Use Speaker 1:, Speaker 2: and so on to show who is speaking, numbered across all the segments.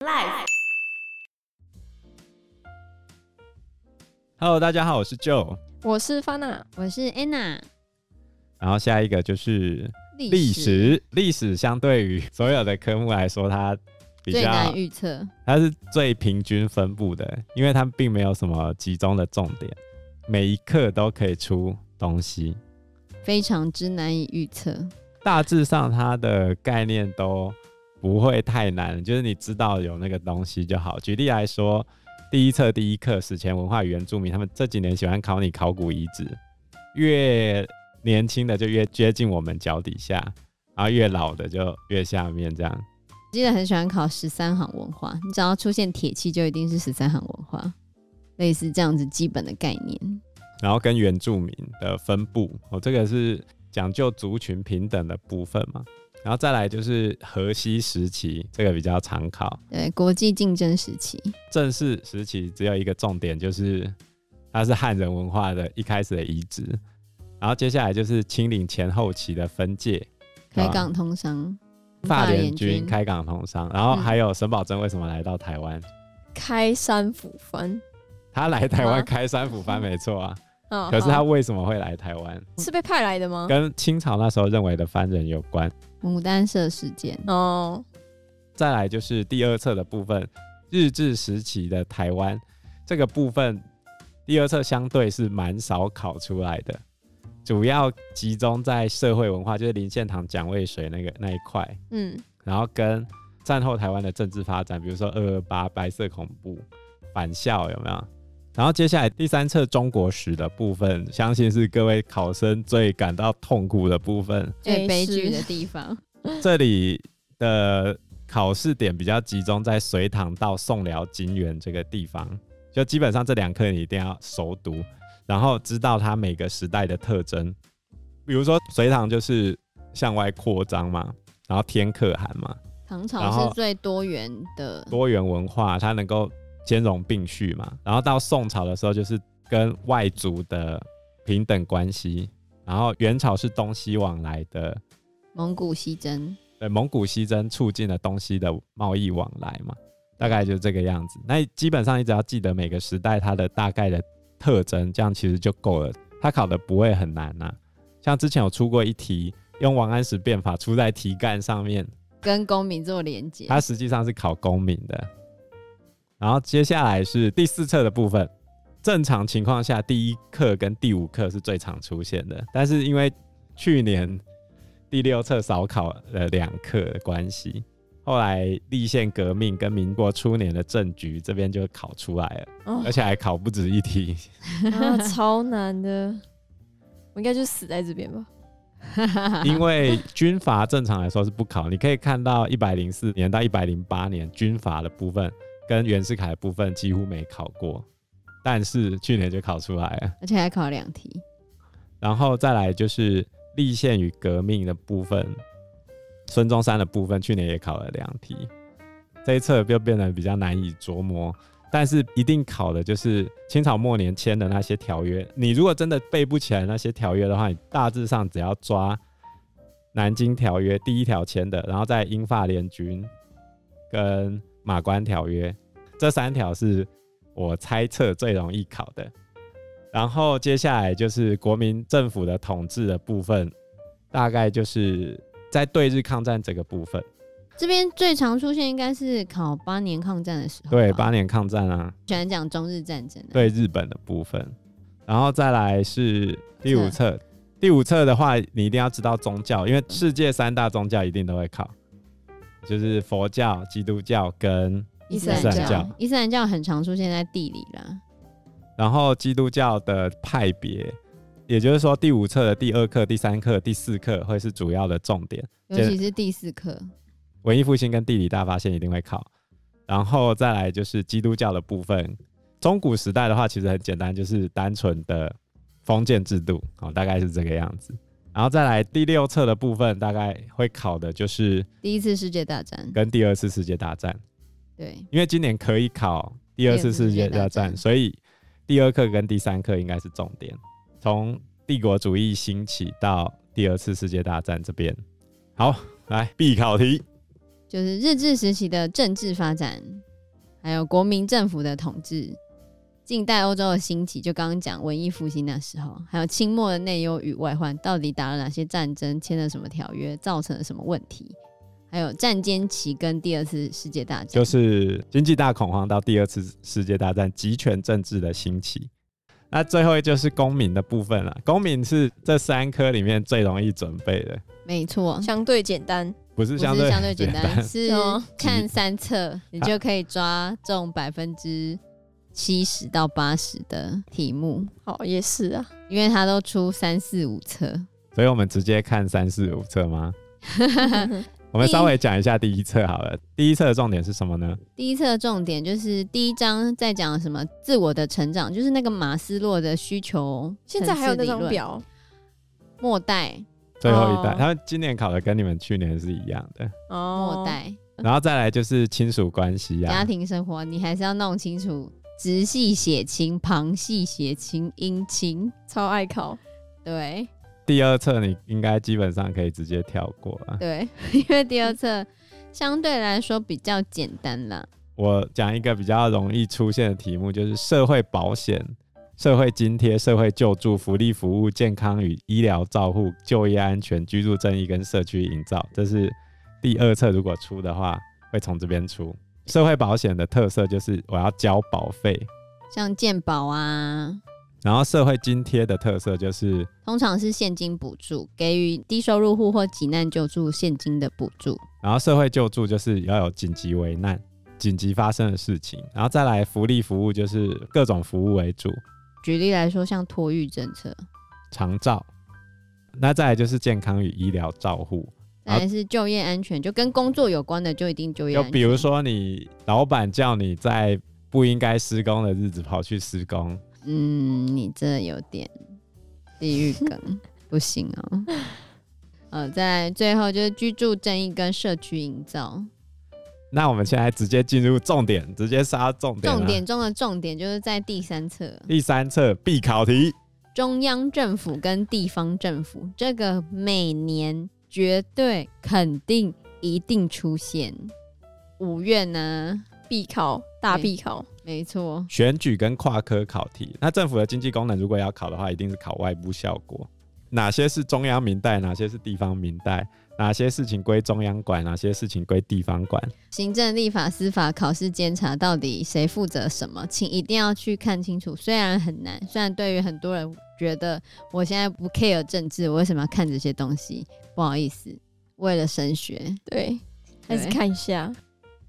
Speaker 1: Life，
Speaker 2: Hello，大家好，我是 Joe。
Speaker 3: 我是 Fana，
Speaker 4: 我是 Anna，
Speaker 2: 然后下一个就是历史，历史相对于所有的科目来说，它比
Speaker 4: 最
Speaker 2: 较
Speaker 4: 难预测，
Speaker 2: 它是最平均分布的，因为它并没有什么集中的重点，每一课都可以出东西。
Speaker 4: 非常之难以预测。
Speaker 2: 大致上，它的概念都不会太难，就是你知道有那个东西就好。举例来说，第一册第一课史前文化与原住民，他们这几年喜欢考你考古遗址，越年轻的就越接近我们脚底下，然后越老的就越下面这样。
Speaker 4: 记得很喜欢考十三行文化，你只要出现铁器就一定是十三行文化，类似这样子基本的概念。
Speaker 2: 然后跟原住民的分布，哦，这个是讲究族群平等的部分嘛。然后再来就是河西时期，这个比较常考。
Speaker 4: 对，国际竞争时期，
Speaker 2: 正式时期只有一个重点，就是它是汉人文化的一开始的遗址，然后接下来就是清领前后期的分界，
Speaker 4: 开港通商，
Speaker 2: 法联
Speaker 4: 联
Speaker 2: 军、开港通商，然后还有沈葆桢为什么来到台湾？
Speaker 3: 开山抚番
Speaker 2: 他来台湾
Speaker 3: 啊
Speaker 2: 开山抚番没错啊，
Speaker 3: 啊，
Speaker 2: 可是他
Speaker 3: 好
Speaker 2: 为什么会来台湾？
Speaker 3: 是被派来的吗？
Speaker 2: 跟清朝那时候认为的番人有关。
Speaker 4: 牡丹社事件，
Speaker 3: 哦，
Speaker 2: 再来就是第二册的部分，日治时期的台湾这个部分，第二册相对是蛮少考出来的，主要集中在社会文化，就是林献堂、蒋渭水那个那一块，
Speaker 3: 嗯，
Speaker 2: 然后跟战后台湾的政治发展，比如说二二八、白色恐怖、返校有没有？然后接下来第三册中国史的部分，相信是各位考生最感到痛苦的部分。
Speaker 4: 最悲
Speaker 3: 哎是
Speaker 4: 剧的地方，
Speaker 2: 这里的考试点比较集中在隋唐到宋辽金元这个地方，就基本上这两课你一定要熟读，然后知道它每个时代的特征。比如说隋唐就是向外扩张嘛，然后天可汗嘛，
Speaker 4: 唐
Speaker 2: 然
Speaker 4: 朝
Speaker 2: 后
Speaker 4: 是最多元的，
Speaker 2: 多元文化它能够兼容并蓄嘛。然后到宋朝的时候就是跟外族的平等关系，然后元朝是东西往来的
Speaker 4: 蒙古西征，
Speaker 2: 对，蒙古西征促进了东西的贸易往来嘛，大概就这个样子。那基本上你只要记得每个时代它的大概的特征，这样其实就够了。它考的不会很难呐、像之前有出过一题，用王安石变法出在题干上面，
Speaker 4: 跟公民做连接。
Speaker 2: 它实际上是考公民的。然后接下来是第四册的部分。正常情况下，第一课跟第五课是最常出现的，但是因为去年第六册少考了两课的关系，后来立宪革命跟民国初年的政局这边就考出来了，
Speaker 3: 哦
Speaker 2: 而且还考不止一题。
Speaker 3: 啊，超难的，我应该就死在这边吧。
Speaker 2: 因为军阀正常来说是不考，你可以看到一百零四年到一百零八年军阀的部分跟袁世凯的部分几乎没考过，但是去年就考出来了。
Speaker 4: 而且还考两题，
Speaker 2: 然后再来就是立宪与革命的部分，孙中山的部分去年也考了两题，这一册就变得比较难以琢磨。但是一定考的就是清朝末年签的那些条约，你如果真的背不起来那些条约的话，你大致上只要抓《南京条约》第一条签的，然后再英法联军跟马关条约这三条是我猜测最容易考的。然后接下来就是国民政府的统治的部分，大概就是在对日抗战这个部分，
Speaker 4: 这边最常出现应该是考八年抗战的时候吧，
Speaker 2: 对八年抗战啊，
Speaker 4: 喜欢讲中日战争、啊，，
Speaker 2: 对日本的部分，然后再来是第五册。第五册的话，你一定要知道宗教，因为世界三大宗教一定都会考，就是佛教、基督教跟
Speaker 4: 伊斯
Speaker 2: 伊斯
Speaker 4: 兰
Speaker 2: 兰教
Speaker 4: 教，伊斯兰教很常出现在地理啦，
Speaker 2: 然后基督教的派别，也就是说第五册的第二课、第三课、第四课会是主要的重点。
Speaker 4: 尤其是第四课，
Speaker 2: 文艺复兴跟地理大发现一定会考，然后再来就是基督教的部分。中古时代的话，其实很简单，就是单纯的封建制度，哦，大概是这个样子。然后再来第六册的部分，大概会考的就是
Speaker 4: 第一次世界大战，
Speaker 2: 跟第二次世界大战，
Speaker 4: 对，
Speaker 2: 因为今年可以考第二次世界
Speaker 4: 第
Speaker 2: 大
Speaker 4: 二次世界大
Speaker 2: 战，
Speaker 4: 战
Speaker 2: 所以第二课跟第三课应该是重点，从帝国主义兴起到第二次世界大战这边。好，来必考题，
Speaker 4: 就是日治时期的政治发展，还有国民政府的统治，近代欧洲的兴起，就刚刚讲文艺复兴那时候，还有清末的内忧与外患，到底打了哪些战争，签了什么条约，造成了什么问题，还有战间期跟第二次世界大战，
Speaker 2: 就是经济大恐慌到第二次世界大战集权政治的兴起。那最后就是公民的部分了，公民是这三科里面最容易准备的，
Speaker 4: 没错，
Speaker 3: 相对简单，
Speaker 2: 不是
Speaker 4: 不
Speaker 2: 相
Speaker 4: 是
Speaker 2: 对
Speaker 4: 相对简单，是
Speaker 3: 哦
Speaker 4: 看三册，你就可以抓中百分之七十到八十的题目，
Speaker 3: 好也是啊，
Speaker 4: 因为它都出三四五册。
Speaker 2: 所以我们直接看三四五册 吗？我们
Speaker 4: 第一
Speaker 2: 稍微讲一下第一册好了。第一册的重点是什么呢？
Speaker 4: 第一册的重点就是第一章在讲什么自我的成长，就是那个马斯洛的需求
Speaker 3: 现
Speaker 4: 层次理
Speaker 3: 在
Speaker 4: 论。
Speaker 3: 还有那张表，
Speaker 4: 末代
Speaker 2: 最后一代，
Speaker 3: 哦
Speaker 2: 他们今年考的跟你们去年是一样的。
Speaker 4: 嗯
Speaker 3: 哦，
Speaker 4: 末代、
Speaker 2: 然后再来就是亲属关系
Speaker 4: 家
Speaker 2: 啊，
Speaker 4: 庭生活，你还是要弄清楚直系血亲、旁系血亲、姻亲。
Speaker 3: 超爱考，
Speaker 4: 对
Speaker 2: 第二册你应该基本上可以直接跳过啊。
Speaker 4: 对， 因为第二册相对来说比较简单啦。
Speaker 2: 我讲一个比较容易出现的题目，就是社会保险、社会津贴、社会救助、福利服务、健康与医疗照护、就业安全、居住正义跟社区营造。这是第二册，如果出的话，会从这边出。社会保险的特色就是我要交保费，
Speaker 4: 像健保啊，
Speaker 2: 然后社会津贴的特色就是
Speaker 4: 通常是现金补助，给予低收入户或急难救助现金的补助。
Speaker 2: 然后社会救助就是要有紧急危难、紧急发生的事情，然后再来福利服务就是各种服务为主，
Speaker 4: 举例来说，像托育政策，
Speaker 2: 长照。那再来就是健康与医疗照护，
Speaker 4: 再来是就业安全，就跟工作有关的就一定就业
Speaker 2: 就
Speaker 4: 安全。
Speaker 2: 比如，说你老板叫你在不应该施工的日子跑去施工，
Speaker 4: 嗯，你这有点地域梗， 不行哦。呃，再来最后就是居住正义跟社区营造，
Speaker 2: 那我们现在直接进入重点，直接杀重点、啊。
Speaker 4: 重点中的重点就是在第三册，
Speaker 2: 第三册必考题，
Speaker 4: 中央政府跟地方政府，这个每年绝对肯定一定出现。五月呢，
Speaker 3: 必考，大
Speaker 4: 对
Speaker 3: 必考，
Speaker 4: 没错，
Speaker 2: 选举跟跨科考题。那政府的经济功能如果要考的话，一定是考外部效果，哪些是中央明代，哪些是地方明代，哪些事情归中央管，哪些事情归地方管。
Speaker 4: 行政、立法、司法、考试、监察，到底谁负责什么，请一定要去看清楚。虽然很难，虽然对于很多人觉得我现在不 care 政治，我为什么要看这些东西？不好意思，为了升学，
Speaker 3: 对，还是
Speaker 4: 对
Speaker 3: 看一下，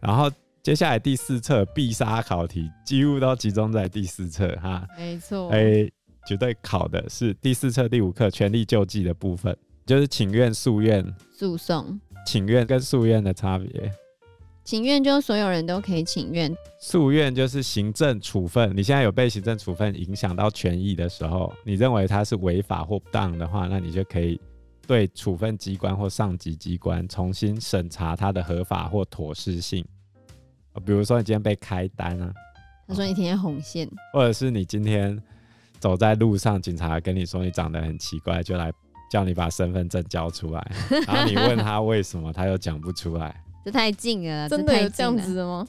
Speaker 2: 然后接下来第四册必杀考题几乎都集中在第四册哈，
Speaker 4: 没错
Speaker 2: 哎、绝对考的是第四册第五课权力救济的部分，就是请愿、诉愿、
Speaker 4: 诉讼。
Speaker 2: 请愿跟诉愿的差别。
Speaker 4: 请愿就是所有人都可以请愿，
Speaker 2: 诉愿就是行政处分，你现在有被行政处分影响到权益的时候，你认为它是违法或不当的话，那你就可以对处分机关或上级机关重新审查它的合法或妥适性。呃比如说你今天被开单啊，
Speaker 4: 他说你天天红线，
Speaker 2: 或者是你今天走在路上，警察跟你说你长得很奇怪，就来叫你把身份证交出来，然后你问他为什么，他又讲不出来。
Speaker 4: 这太近了啦，
Speaker 3: 真
Speaker 4: 太
Speaker 3: 的有
Speaker 4: 啊近
Speaker 3: 这样
Speaker 4: 了
Speaker 3: 子的吗？啊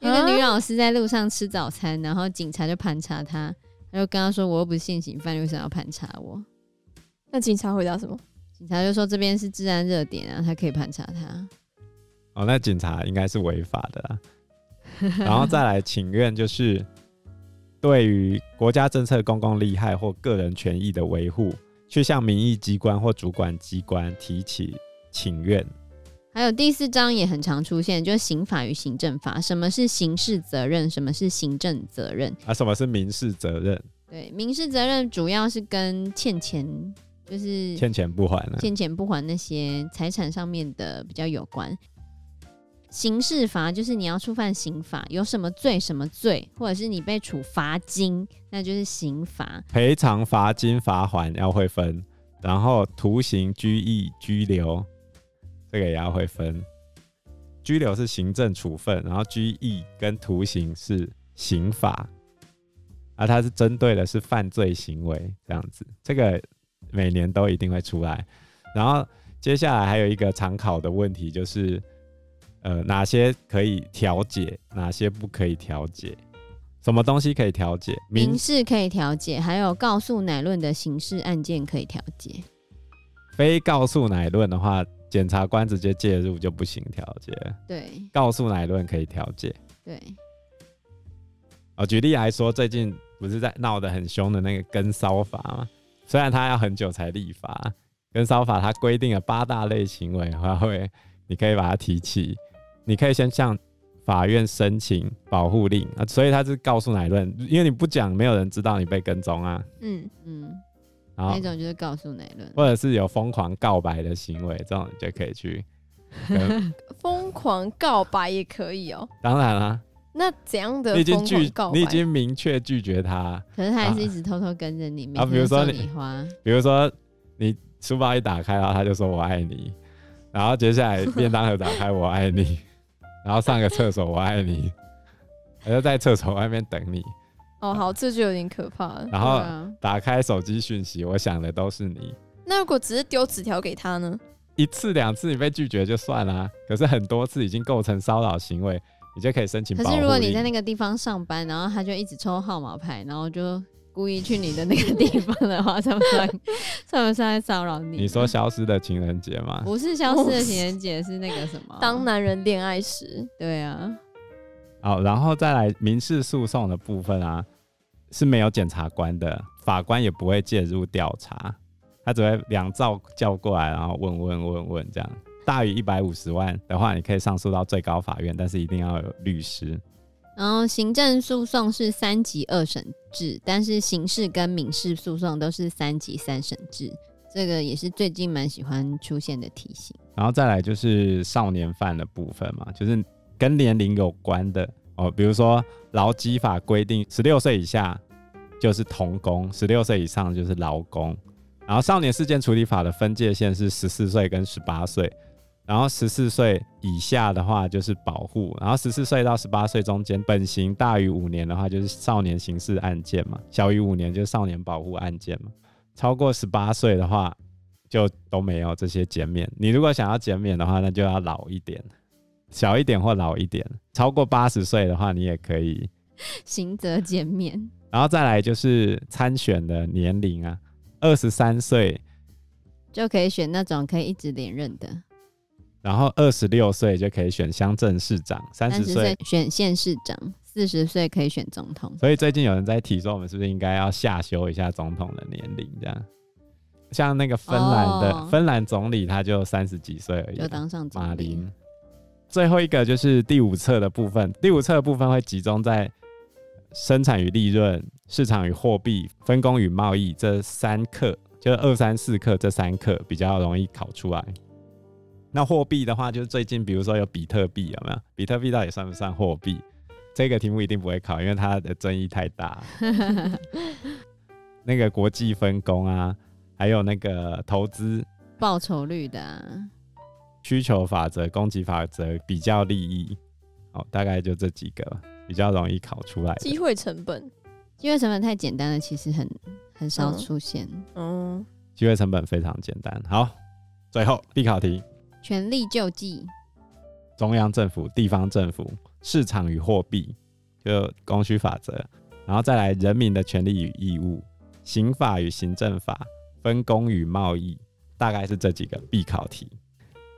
Speaker 4: 有个女老师在路上吃早餐，然后警察就盘查她，她就跟她说：“我又不是现行犯，你为什么要盘查我
Speaker 3: 那警察回答什么？？”
Speaker 4: 警察就说：“这边是治安热点啊，她可以盘查她。
Speaker 2: 哦，那警察应该是违法的啦。然后再来请愿，就是对于国家政策、公共利害或个人权益的维护，去向民意机关或主管机关提起请愿。”
Speaker 4: 还有第四章也很常出现，就是刑法与行政法，什么是刑事责任，什么是行政责任？
Speaker 2: 啊，什么是民事责任？
Speaker 4: 对，民事责任主要是跟欠钱，就是
Speaker 2: 欠钱不还啊呢？
Speaker 4: 欠钱不还那些财产上面的比较有关。刑事罚就是你要触犯刑法，有什么罪什么罪，或者是你被处罚金，那就是刑罚。
Speaker 2: 赔偿、罚金、罚款要会分，然后徒刑、拘役、拘留，这个也要会分。拘留是行政处分，然后拘役跟徒刑是刑法，而它是针对的是犯罪行为这样子，这个每年都一定会出来。然后接下来还有一个常考的问题就是，呃，哪些可以调解，哪些不可以调解？什么东西可以调解？民
Speaker 4: 民事可以调解，还有告诉乃论的刑事案件可以调解。
Speaker 2: 非告诉乃论的话，检察官直接介入就不行调解，
Speaker 4: 对
Speaker 2: 告诉乃论可以调解。
Speaker 4: 对，
Speaker 2: 哦，举例来说，最近不是在闹得很凶的那个跟骚法吗？虽然它要很久才立法，跟骚法它规定了八大类行为，它会你可以把它提起，你可以先向法院申请保护令啊，所以它是告诉乃论，因为你不讲，没有人知道你被跟踪啊，
Speaker 3: 嗯，
Speaker 4: 嗯，
Speaker 2: 然
Speaker 4: 那
Speaker 2: 后
Speaker 4: 一种就是告诉乃论，
Speaker 2: 或者是有疯狂告白的行为，这种你就可以去跟。
Speaker 3: 疯狂告白也可以哦。
Speaker 2: 当然啦、
Speaker 3: 那怎样的
Speaker 2: 你已
Speaker 3: 疯
Speaker 2: 经拒
Speaker 3: 狂告，白？啊
Speaker 2: 你已经明确拒绝他。
Speaker 4: 可是他还是一直偷偷跟着你，每
Speaker 2: 啊比如
Speaker 4: 天
Speaker 2: 说
Speaker 4: 送
Speaker 2: 你
Speaker 4: 你花，
Speaker 2: 比如说你书包一打开，然后他就说我爱你，然后接下来便当盒打开我爱你， 然后上个厕所我爱你，我就在厕所外面等你，
Speaker 3: 哦，好，这就有点可怕了。
Speaker 2: 然后
Speaker 4: 对啊
Speaker 2: 打开手机讯息，我想的都是你。
Speaker 3: 那如果只是丢纸条给他呢？
Speaker 2: 一次两次你被拒绝就算啦、可是很多次已经构成骚扰行为，你就可以申请
Speaker 4: 可
Speaker 2: 保护
Speaker 4: 是如果你在
Speaker 2: 令
Speaker 4: 那个地方上班，然后他就一直抽号码牌，然后就故意去你的那个地方的话， 算不算算不算在骚扰你？
Speaker 2: 你说消失的情人节吗？
Speaker 4: 不是消失的情人节是那个什么？
Speaker 3: 当男人恋爱时，
Speaker 4: 对啊，
Speaker 2: 好，然后再来民事诉讼的部分啊，是没有检察官的，法官也不会介入调查，他只会两造叫过来，然后问问问问这样。大于一百五十万的话，你可以上诉到最高法院，但是一定要有律师。
Speaker 4: 然后行政诉讼是三级二审制，但是刑事跟民事诉讼都是三级三审制，这个也是最近蛮喜欢出现的题型。
Speaker 2: 然后再来就是少年犯的部分嘛，就是跟年龄有关的哦，比如说劳基法规定，十六岁以下就是童工，十六岁以上就是劳工。然后少年事件处理法的分界线是十四岁跟十八岁，然后十四岁以下的话就是保护，然后十四岁到十八岁中间，本刑大于五年的话就是少年刑事案件嘛，小于五年就是少年保护案件嘛，超过十八岁的话就都没有这些减免。你如果想要减免的话，那就要老一点，小一点或老一点。超过八十岁的话，你也可以。
Speaker 4: 刑责减免，
Speaker 2: 然后再来就是参选的年龄啊，二十三岁，
Speaker 4: 就可以选那种可以一直连任的，
Speaker 2: 然后二十六岁就可以选乡镇市长，三
Speaker 4: 三
Speaker 2: 十
Speaker 4: 十
Speaker 2: 岁
Speaker 4: 岁。选县市长，四十岁可以选总统。
Speaker 2: 所以最近有人在提说，我们是不是应该要下修一下总统的年龄？这样，像那个芬兰的、
Speaker 4: 哦
Speaker 2: 芬兰总理，他就三十几岁而已啊、
Speaker 4: 就当上总
Speaker 2: 马
Speaker 4: 理
Speaker 2: 林。最后一个就是第五册的部分，第五册的部分会集中在生产与利润、市场与货币、分工与贸易这三课，就是二三四课这三课比较容易考出来。那货币的话，就是最近比如说有比特币，啊有没有？比特币到底算不算货币？这个题目一定不会考，因为它的争议太大。那个国际分工啊，还有那个投资
Speaker 4: 报酬率的、啊，
Speaker 2: 需求法则、供给法则、比较利益，哦，大概就这几个比较容易考出来的
Speaker 3: 机会成本，
Speaker 4: 因为成本太简单了，其实很很少
Speaker 3: 嗯
Speaker 4: 出现。
Speaker 3: 嗯，
Speaker 2: 机会成本非常简单。好，最后必考题：
Speaker 4: 权力救济，
Speaker 2: 中央政府、地方政府、市场与货币，就供需法则，然后再来人民的权利与义务、刑法与行政法、分工与贸易，大概是这几个必考题。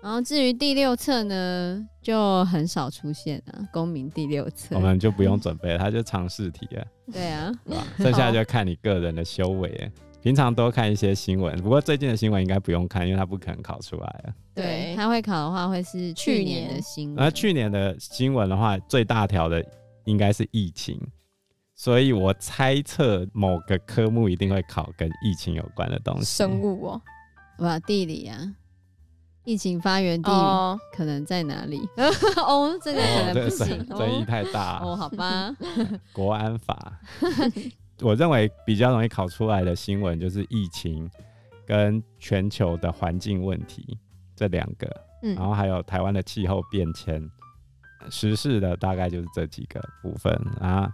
Speaker 4: 然后至于第六册呢，就很少出现啊。公民第六册
Speaker 2: 我，们就不用准备了，它就常试题了。
Speaker 4: 对啊，
Speaker 2: 对吧？剩下
Speaker 3: 好
Speaker 2: 就看你个人的修为耶。平常多看一些新闻，不过最近的新闻应该不用看，因为它不可能考出来啊了。
Speaker 4: 对
Speaker 3: 对，
Speaker 4: 他会考的话会是去
Speaker 3: 去
Speaker 4: 年
Speaker 3: 年
Speaker 4: 的新
Speaker 2: 而
Speaker 4: 闻，
Speaker 2: 去年的新闻的话，最大条的应该是疫情，所以我猜测某个科目一定会考跟疫情有关的东西。
Speaker 3: 生物哦，
Speaker 4: 哇，地理啊，疫情发源地
Speaker 3: 哦，
Speaker 4: 可能在哪里？ 哦，这个可
Speaker 2: 哦，
Speaker 4: 能
Speaker 2: 这
Speaker 4: 不
Speaker 2: 个
Speaker 4: 行
Speaker 2: 争争议
Speaker 4: 哦。
Speaker 2: 太大。
Speaker 4: 哦，好吧，
Speaker 2: 国安法， 我认为比较容易考出来的新闻就是疫情跟全球的环境问题这两个。然
Speaker 3: 嗯，
Speaker 2: 后还有台湾的气候变迁，时事的大概就是这几个部分啊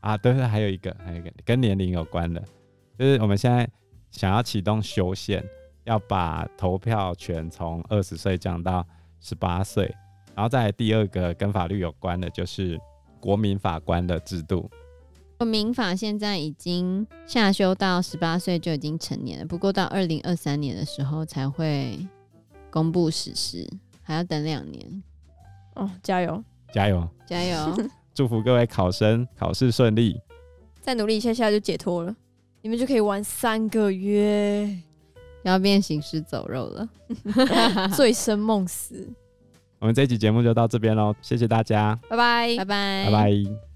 Speaker 2: 啊，对对，还有一个还有一个跟年龄有关的，就是我们现在想要启动修宪，要把投票权从二十岁降到十八岁，然后再来第二个跟法律有关的就是国民法官的制度。
Speaker 4: 民法现在已经下修到十八岁就已经成年了，不过到二零二三年的时候才会公布实施，还要等两年。
Speaker 3: 哦，加油，
Speaker 2: 加油！
Speaker 4: 加油！
Speaker 2: 祝福各位考生考试顺利。
Speaker 3: 再努力一下下就解脱了，你们就可以玩三个月，
Speaker 4: 要变行尸走肉了。
Speaker 3: 醉生梦死。
Speaker 2: 我们这一期节目就到这边喽，谢谢大家，
Speaker 3: 拜拜
Speaker 4: 拜拜，
Speaker 2: 拜拜